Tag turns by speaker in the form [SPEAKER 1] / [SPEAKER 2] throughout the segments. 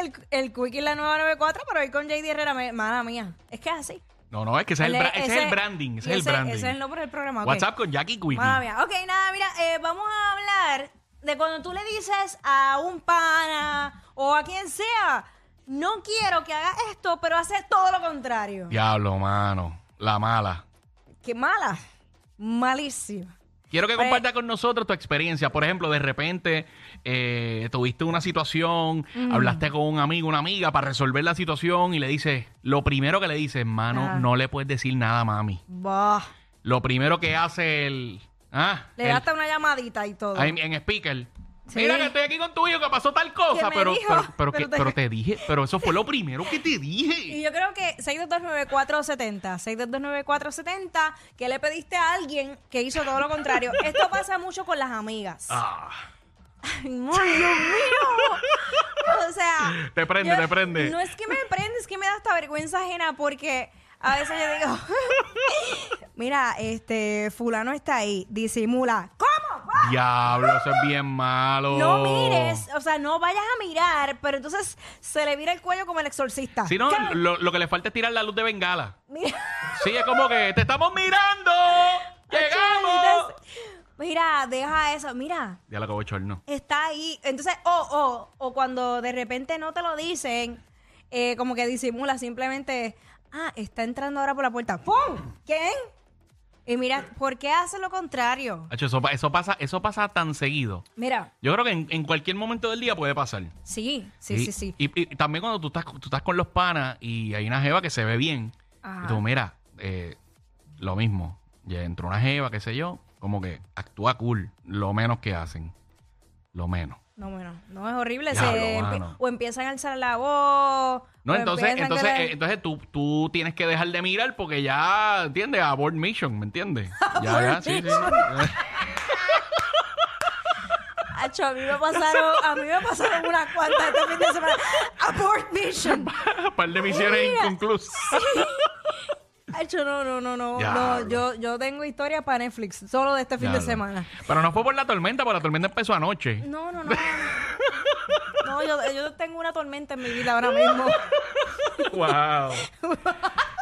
[SPEAKER 1] el, el Quickie en la nueva 94, pero ir con JD Herrera, me- mala mía. Es que es así.
[SPEAKER 2] No, no, es que ese es el,
[SPEAKER 1] Él
[SPEAKER 2] bra- ese es el branding. Ese es el branding.
[SPEAKER 1] Ese es el nombre del programa. ok.
[SPEAKER 2] WhatsApp con Jackie Quickie.
[SPEAKER 1] Mala mía. Ok, nada, mira, eh, vamos a hablar de cuando tú le dices a un pana o a quien sea, no quiero que haga esto, pero hace todo lo contrario.
[SPEAKER 2] Diablo, mano. La mala.
[SPEAKER 1] Qué mala. Malísima.
[SPEAKER 2] Quiero que
[SPEAKER 1] Pues-
[SPEAKER 2] compartas con nosotros tu experiencia. Por ejemplo, de repente eh, tuviste una situación,
[SPEAKER 1] Mm.
[SPEAKER 2] hablaste con un amigo, una amiga para resolver la situación y le dices, lo primero que le dices, hermano,
[SPEAKER 1] Ah.
[SPEAKER 2] no le puedes decir nada, mami.
[SPEAKER 1] Bah.
[SPEAKER 2] Lo primero que hace el... Ah,
[SPEAKER 1] Le
[SPEAKER 2] el-
[SPEAKER 1] da hasta una llamadita y todo.
[SPEAKER 2] ahí en speaker.
[SPEAKER 1] Sí.
[SPEAKER 2] Mira que estoy aquí con tu hijo, que pasó tal cosa,
[SPEAKER 1] me
[SPEAKER 2] pero,
[SPEAKER 1] dijo?
[SPEAKER 2] pero, pero, que-
[SPEAKER 1] Pero te-
[SPEAKER 2] pero te dije, pero eso fue lo primero que te dije.
[SPEAKER 1] Y yo creo que 6229470, 6229470, que le pediste a alguien que hizo todo lo contrario. Esto pasa mucho con las amigas.
[SPEAKER 2] Ah.
[SPEAKER 1] Ay, no, Dios mío. O sea.
[SPEAKER 2] Te prende, te prende.
[SPEAKER 1] No es que me prende, es que me da hasta vergüenza ajena porque a veces yo digo, mira, este, fulano está ahí, disimula. ¿Cómo?
[SPEAKER 2] Diablo, eso es bien malo.
[SPEAKER 1] No mires, o sea, no vayas a mirar, pero entonces se le vira el cuello como el exorcista.
[SPEAKER 2] Si no,
[SPEAKER 1] ¿Qué?
[SPEAKER 2] lo, lo que le falta es tirar la luz de bengala.
[SPEAKER 1] Mira.
[SPEAKER 2] Sí, es como que te estamos mirando. Llegamos.
[SPEAKER 1] Entonces, Mira, deja eso, mira,
[SPEAKER 2] Ya lo acabo no.
[SPEAKER 1] está ahí. Entonces, o, o, o cuando de repente no te lo dicen, eh, como que disimula simplemente, ah, está entrando ahora por la puerta. ¡Pum! ¿Quién? Y mira, ¿por qué hace lo contrario?
[SPEAKER 2] Hacho, Eso, pa- eso pasa, eso pasa tan seguido.
[SPEAKER 1] Mira,
[SPEAKER 2] Yo creo que en, en cualquier momento del día puede pasar.
[SPEAKER 1] sí, sí,
[SPEAKER 2] Y-
[SPEAKER 1] sí, sí.
[SPEAKER 2] Y, y también cuando tú estás, tú estás con los panas y hay una jeva que se ve bien.
[SPEAKER 1] Ajá.
[SPEAKER 2] Y tú, mira, eh, lo mismo. Ya entró una jeva, qué sé yo. Como que actúa cool. Lo menos que hacen. Lo menos.
[SPEAKER 1] No, bueno, no es horrible.
[SPEAKER 2] Diablo,
[SPEAKER 1] se- empie-
[SPEAKER 2] mano.
[SPEAKER 1] o empiezan a alzar la voz.
[SPEAKER 2] No,
[SPEAKER 1] o
[SPEAKER 2] entonces,
[SPEAKER 1] empiezan
[SPEAKER 2] entonces,
[SPEAKER 1] que le-
[SPEAKER 2] eh, entonces tú, tú tienes que dejar de mirar porque ya, ¿entiendes? Abort mission, ¿me entiendes? Ya, ya, sí, sí. eh,
[SPEAKER 1] Acho, a mí me pasaron, a mí me pasaron unas cuantas este fin de semana. Abort mission.
[SPEAKER 2] Un par de misiones
[SPEAKER 1] Mira. este
[SPEAKER 2] inconclusas.
[SPEAKER 1] Acho, no, no, no, no.
[SPEAKER 2] Diablo.
[SPEAKER 1] No, yo, yo tengo historia para Netflix, solo de este fin de
[SPEAKER 2] Diablo.
[SPEAKER 1] semana.
[SPEAKER 2] Pero no fue por la tormenta, porque la tormenta empezó anoche.
[SPEAKER 1] No, no, no. No, yo, yo tengo una tormenta en mi vida ahora mismo.
[SPEAKER 2] ¡Wow!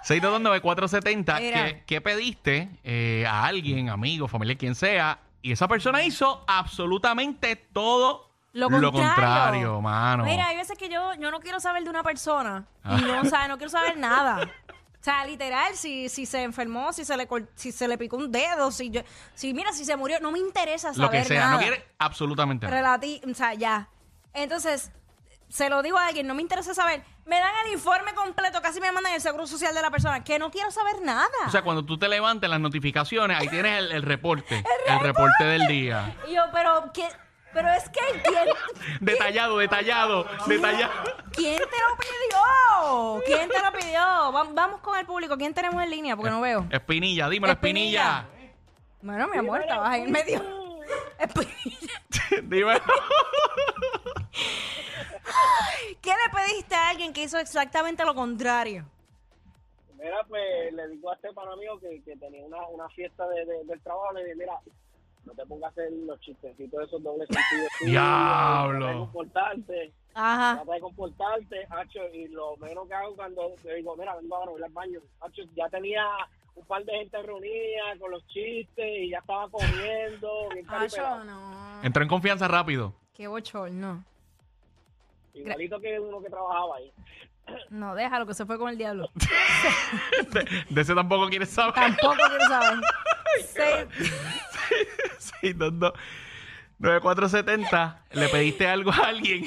[SPEAKER 2] 6229470,
[SPEAKER 1] Mira.
[SPEAKER 2] ¿qué, qué pediste eh, a alguien, amigo, familia, quien sea? Y esa persona hizo absolutamente todo
[SPEAKER 1] Lo contrario.
[SPEAKER 2] contrario, mano.
[SPEAKER 1] Mira, hay veces que yo, yo no quiero saber de una persona.
[SPEAKER 2] Ah.
[SPEAKER 1] Y no, o sea, no quiero saber nada. O sea, literal, si, si se enfermó, si se le cort- si se le picó un dedo, si yo, si mira, si se murió, no me interesa saber
[SPEAKER 2] Lo que sea,
[SPEAKER 1] nada.
[SPEAKER 2] no quiere absolutamente nada.
[SPEAKER 1] Relati- o sea, ya. Entonces, se lo digo a alguien, no me interesa saber. Me dan el informe completo, casi me mandan el seguro social de la persona, que no quiero saber nada.
[SPEAKER 2] O sea, cuando tú te levantes las notificaciones, ahí tienes el, el reporte. el reporte del día.
[SPEAKER 1] y yo, pero ¿qué? Pero es que ¿quién,
[SPEAKER 2] Detallado, detallado, detallado.
[SPEAKER 1] quién te lo pidió? ¿Quién te lo pidió? Va- vamos con el público, ¿quién tenemos en línea? Porque no veo.
[SPEAKER 2] Espinilla, dímelo, Espinilla.
[SPEAKER 1] Bueno, mi amor, estabas ahí en medio. Espinilla.
[SPEAKER 2] Dímelo.
[SPEAKER 1] ¿Qué le pediste a alguien que hizo exactamente lo contrario?
[SPEAKER 3] Mira, pues le digo a este pana mío que, que tenía una, una fiesta de, de- del trabajo, le dije, mira, no te pongas a hacer los chistecitos de esos dobles sentidos. tuyos,
[SPEAKER 2] Diablo.
[SPEAKER 3] Trata de comportarte,
[SPEAKER 1] Ajá.
[SPEAKER 3] trata de comportarte, hacho, y lo menos que hago cuando le digo, mira, vengo a ir al baño, hacho, ya tenía un par de gente reunida con los chistes y ya estaba comiendo, bien
[SPEAKER 1] Ah,
[SPEAKER 3] caripelado.
[SPEAKER 1] yo no.
[SPEAKER 2] Entró en confianza rápido.
[SPEAKER 1] Qué bochorno.
[SPEAKER 3] igualito que uno que trabajaba ahí.
[SPEAKER 1] No, déjalo que se fue con el diablo.
[SPEAKER 2] De, de ese tampoco quieres saber.
[SPEAKER 1] Tampoco quiero saber. Seis-
[SPEAKER 2] 622 9470. Le pediste algo a alguien.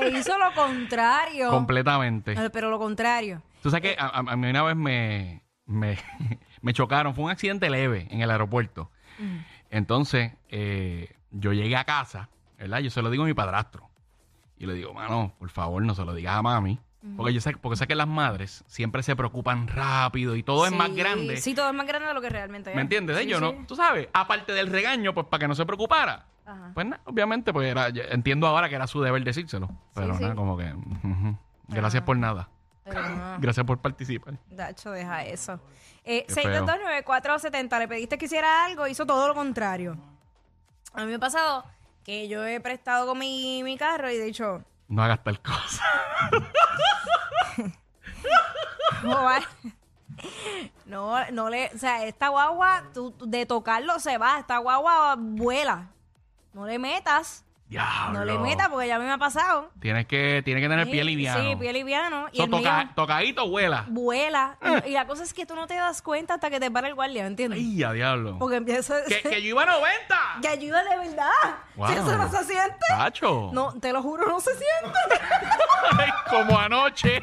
[SPEAKER 1] e hizo lo contrario.
[SPEAKER 2] Completamente.
[SPEAKER 1] Eh, Pero lo contrario.
[SPEAKER 2] Tú sabes que a, a- a mí una vez me, me, me chocaron. Fue un accidente leve en el aeropuerto.
[SPEAKER 1] Mm.
[SPEAKER 2] Entonces, eh, yo llegué a casa, ¿verdad? Yo se lo digo a mi padrastro. Y le digo, mano, por favor, no se lo digas a mami. Porque yo sé, porque sé que las madres siempre se preocupan rápido y todo es más
[SPEAKER 1] Sí,
[SPEAKER 2] grande.
[SPEAKER 1] Sí, todo es más grande de lo que realmente es.
[SPEAKER 2] ¿Me entiendes?
[SPEAKER 1] Sí,
[SPEAKER 2] de ellos,
[SPEAKER 1] sí.
[SPEAKER 2] ¿no? Tú sabes, aparte del regaño, pues para que no se preocupara.
[SPEAKER 1] Ajá.
[SPEAKER 2] Pues nada, obviamente, pues era, ya entiendo ahora que era su deber decírselo. Pero
[SPEAKER 1] sí.
[SPEAKER 2] nada, como que. ujú. Gracias
[SPEAKER 1] Ah.
[SPEAKER 2] por nada.
[SPEAKER 1] Pero no,
[SPEAKER 2] Gracias por participar.
[SPEAKER 1] Dacho, deja eso. Eh,
[SPEAKER 2] Qué feo.
[SPEAKER 1] 6229470, le pediste que hiciera algo, hizo todo lo contrario. A mí me ha pasado que yo he prestado con mi, mi carro y he dicho,
[SPEAKER 2] no hagas tal cosa.
[SPEAKER 1] Joder. No, no le, o sea, esta guagua, tú- tú- de tocarlo se va, esta guagua vuela. No le metas,
[SPEAKER 2] Diablo.
[SPEAKER 1] no le metas porque ya a mí me ha pasado.
[SPEAKER 2] Tienes que, tienes que tener
[SPEAKER 1] Sí,
[SPEAKER 2] pie liviano.
[SPEAKER 1] Sí, piel liviano. Y
[SPEAKER 2] So,
[SPEAKER 1] el mío
[SPEAKER 2] toca- tocadito vuela.
[SPEAKER 1] vuela. Y, y la cosa es que tú no te das cuenta hasta que te para el guardia, ¿me entiendes?
[SPEAKER 2] Ay, a diablo.
[SPEAKER 1] Porque empieza
[SPEAKER 2] Que, que yo iba a 90.
[SPEAKER 1] que ayuda de verdad.
[SPEAKER 2] Wow.
[SPEAKER 1] Si eso no se siente.
[SPEAKER 2] Tacho.
[SPEAKER 1] No, te lo juro, no se siente.
[SPEAKER 2] Ay, como anoche.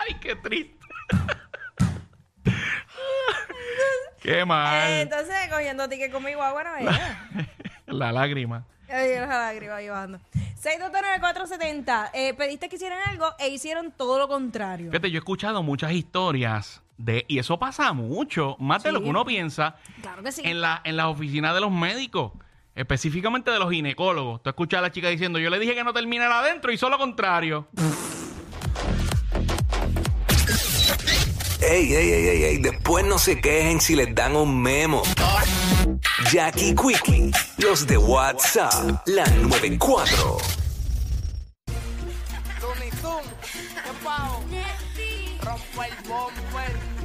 [SPEAKER 2] Ay, qué triste. qué
[SPEAKER 1] Eh,
[SPEAKER 2] mal.
[SPEAKER 1] Entonces, cogiendo ticket con mi guagua, no era.
[SPEAKER 2] La lágrima.
[SPEAKER 1] Ay, la lágrima ahí bajando. 629-470. Eh, pediste que hicieran algo e hicieron todo lo contrario.
[SPEAKER 2] Fíjate, yo he escuchado muchas historias de, y eso pasa mucho, más de lo
[SPEAKER 1] Sí.
[SPEAKER 2] que uno piensa,
[SPEAKER 1] Claro que sí.
[SPEAKER 2] en, la, en las oficinas de los médicos, específicamente de los ginecólogos. Tú escuchas a la chica diciendo, yo le dije que no terminara adentro, hizo lo contrario.
[SPEAKER 4] Ey, ey, ey, ey, ey, después no se quejen si les dan un memo. Jackie Quickie, los de WhatsApp, la 94.
[SPEAKER 5] Looney Tunes, qué pavo, rompo el bomber,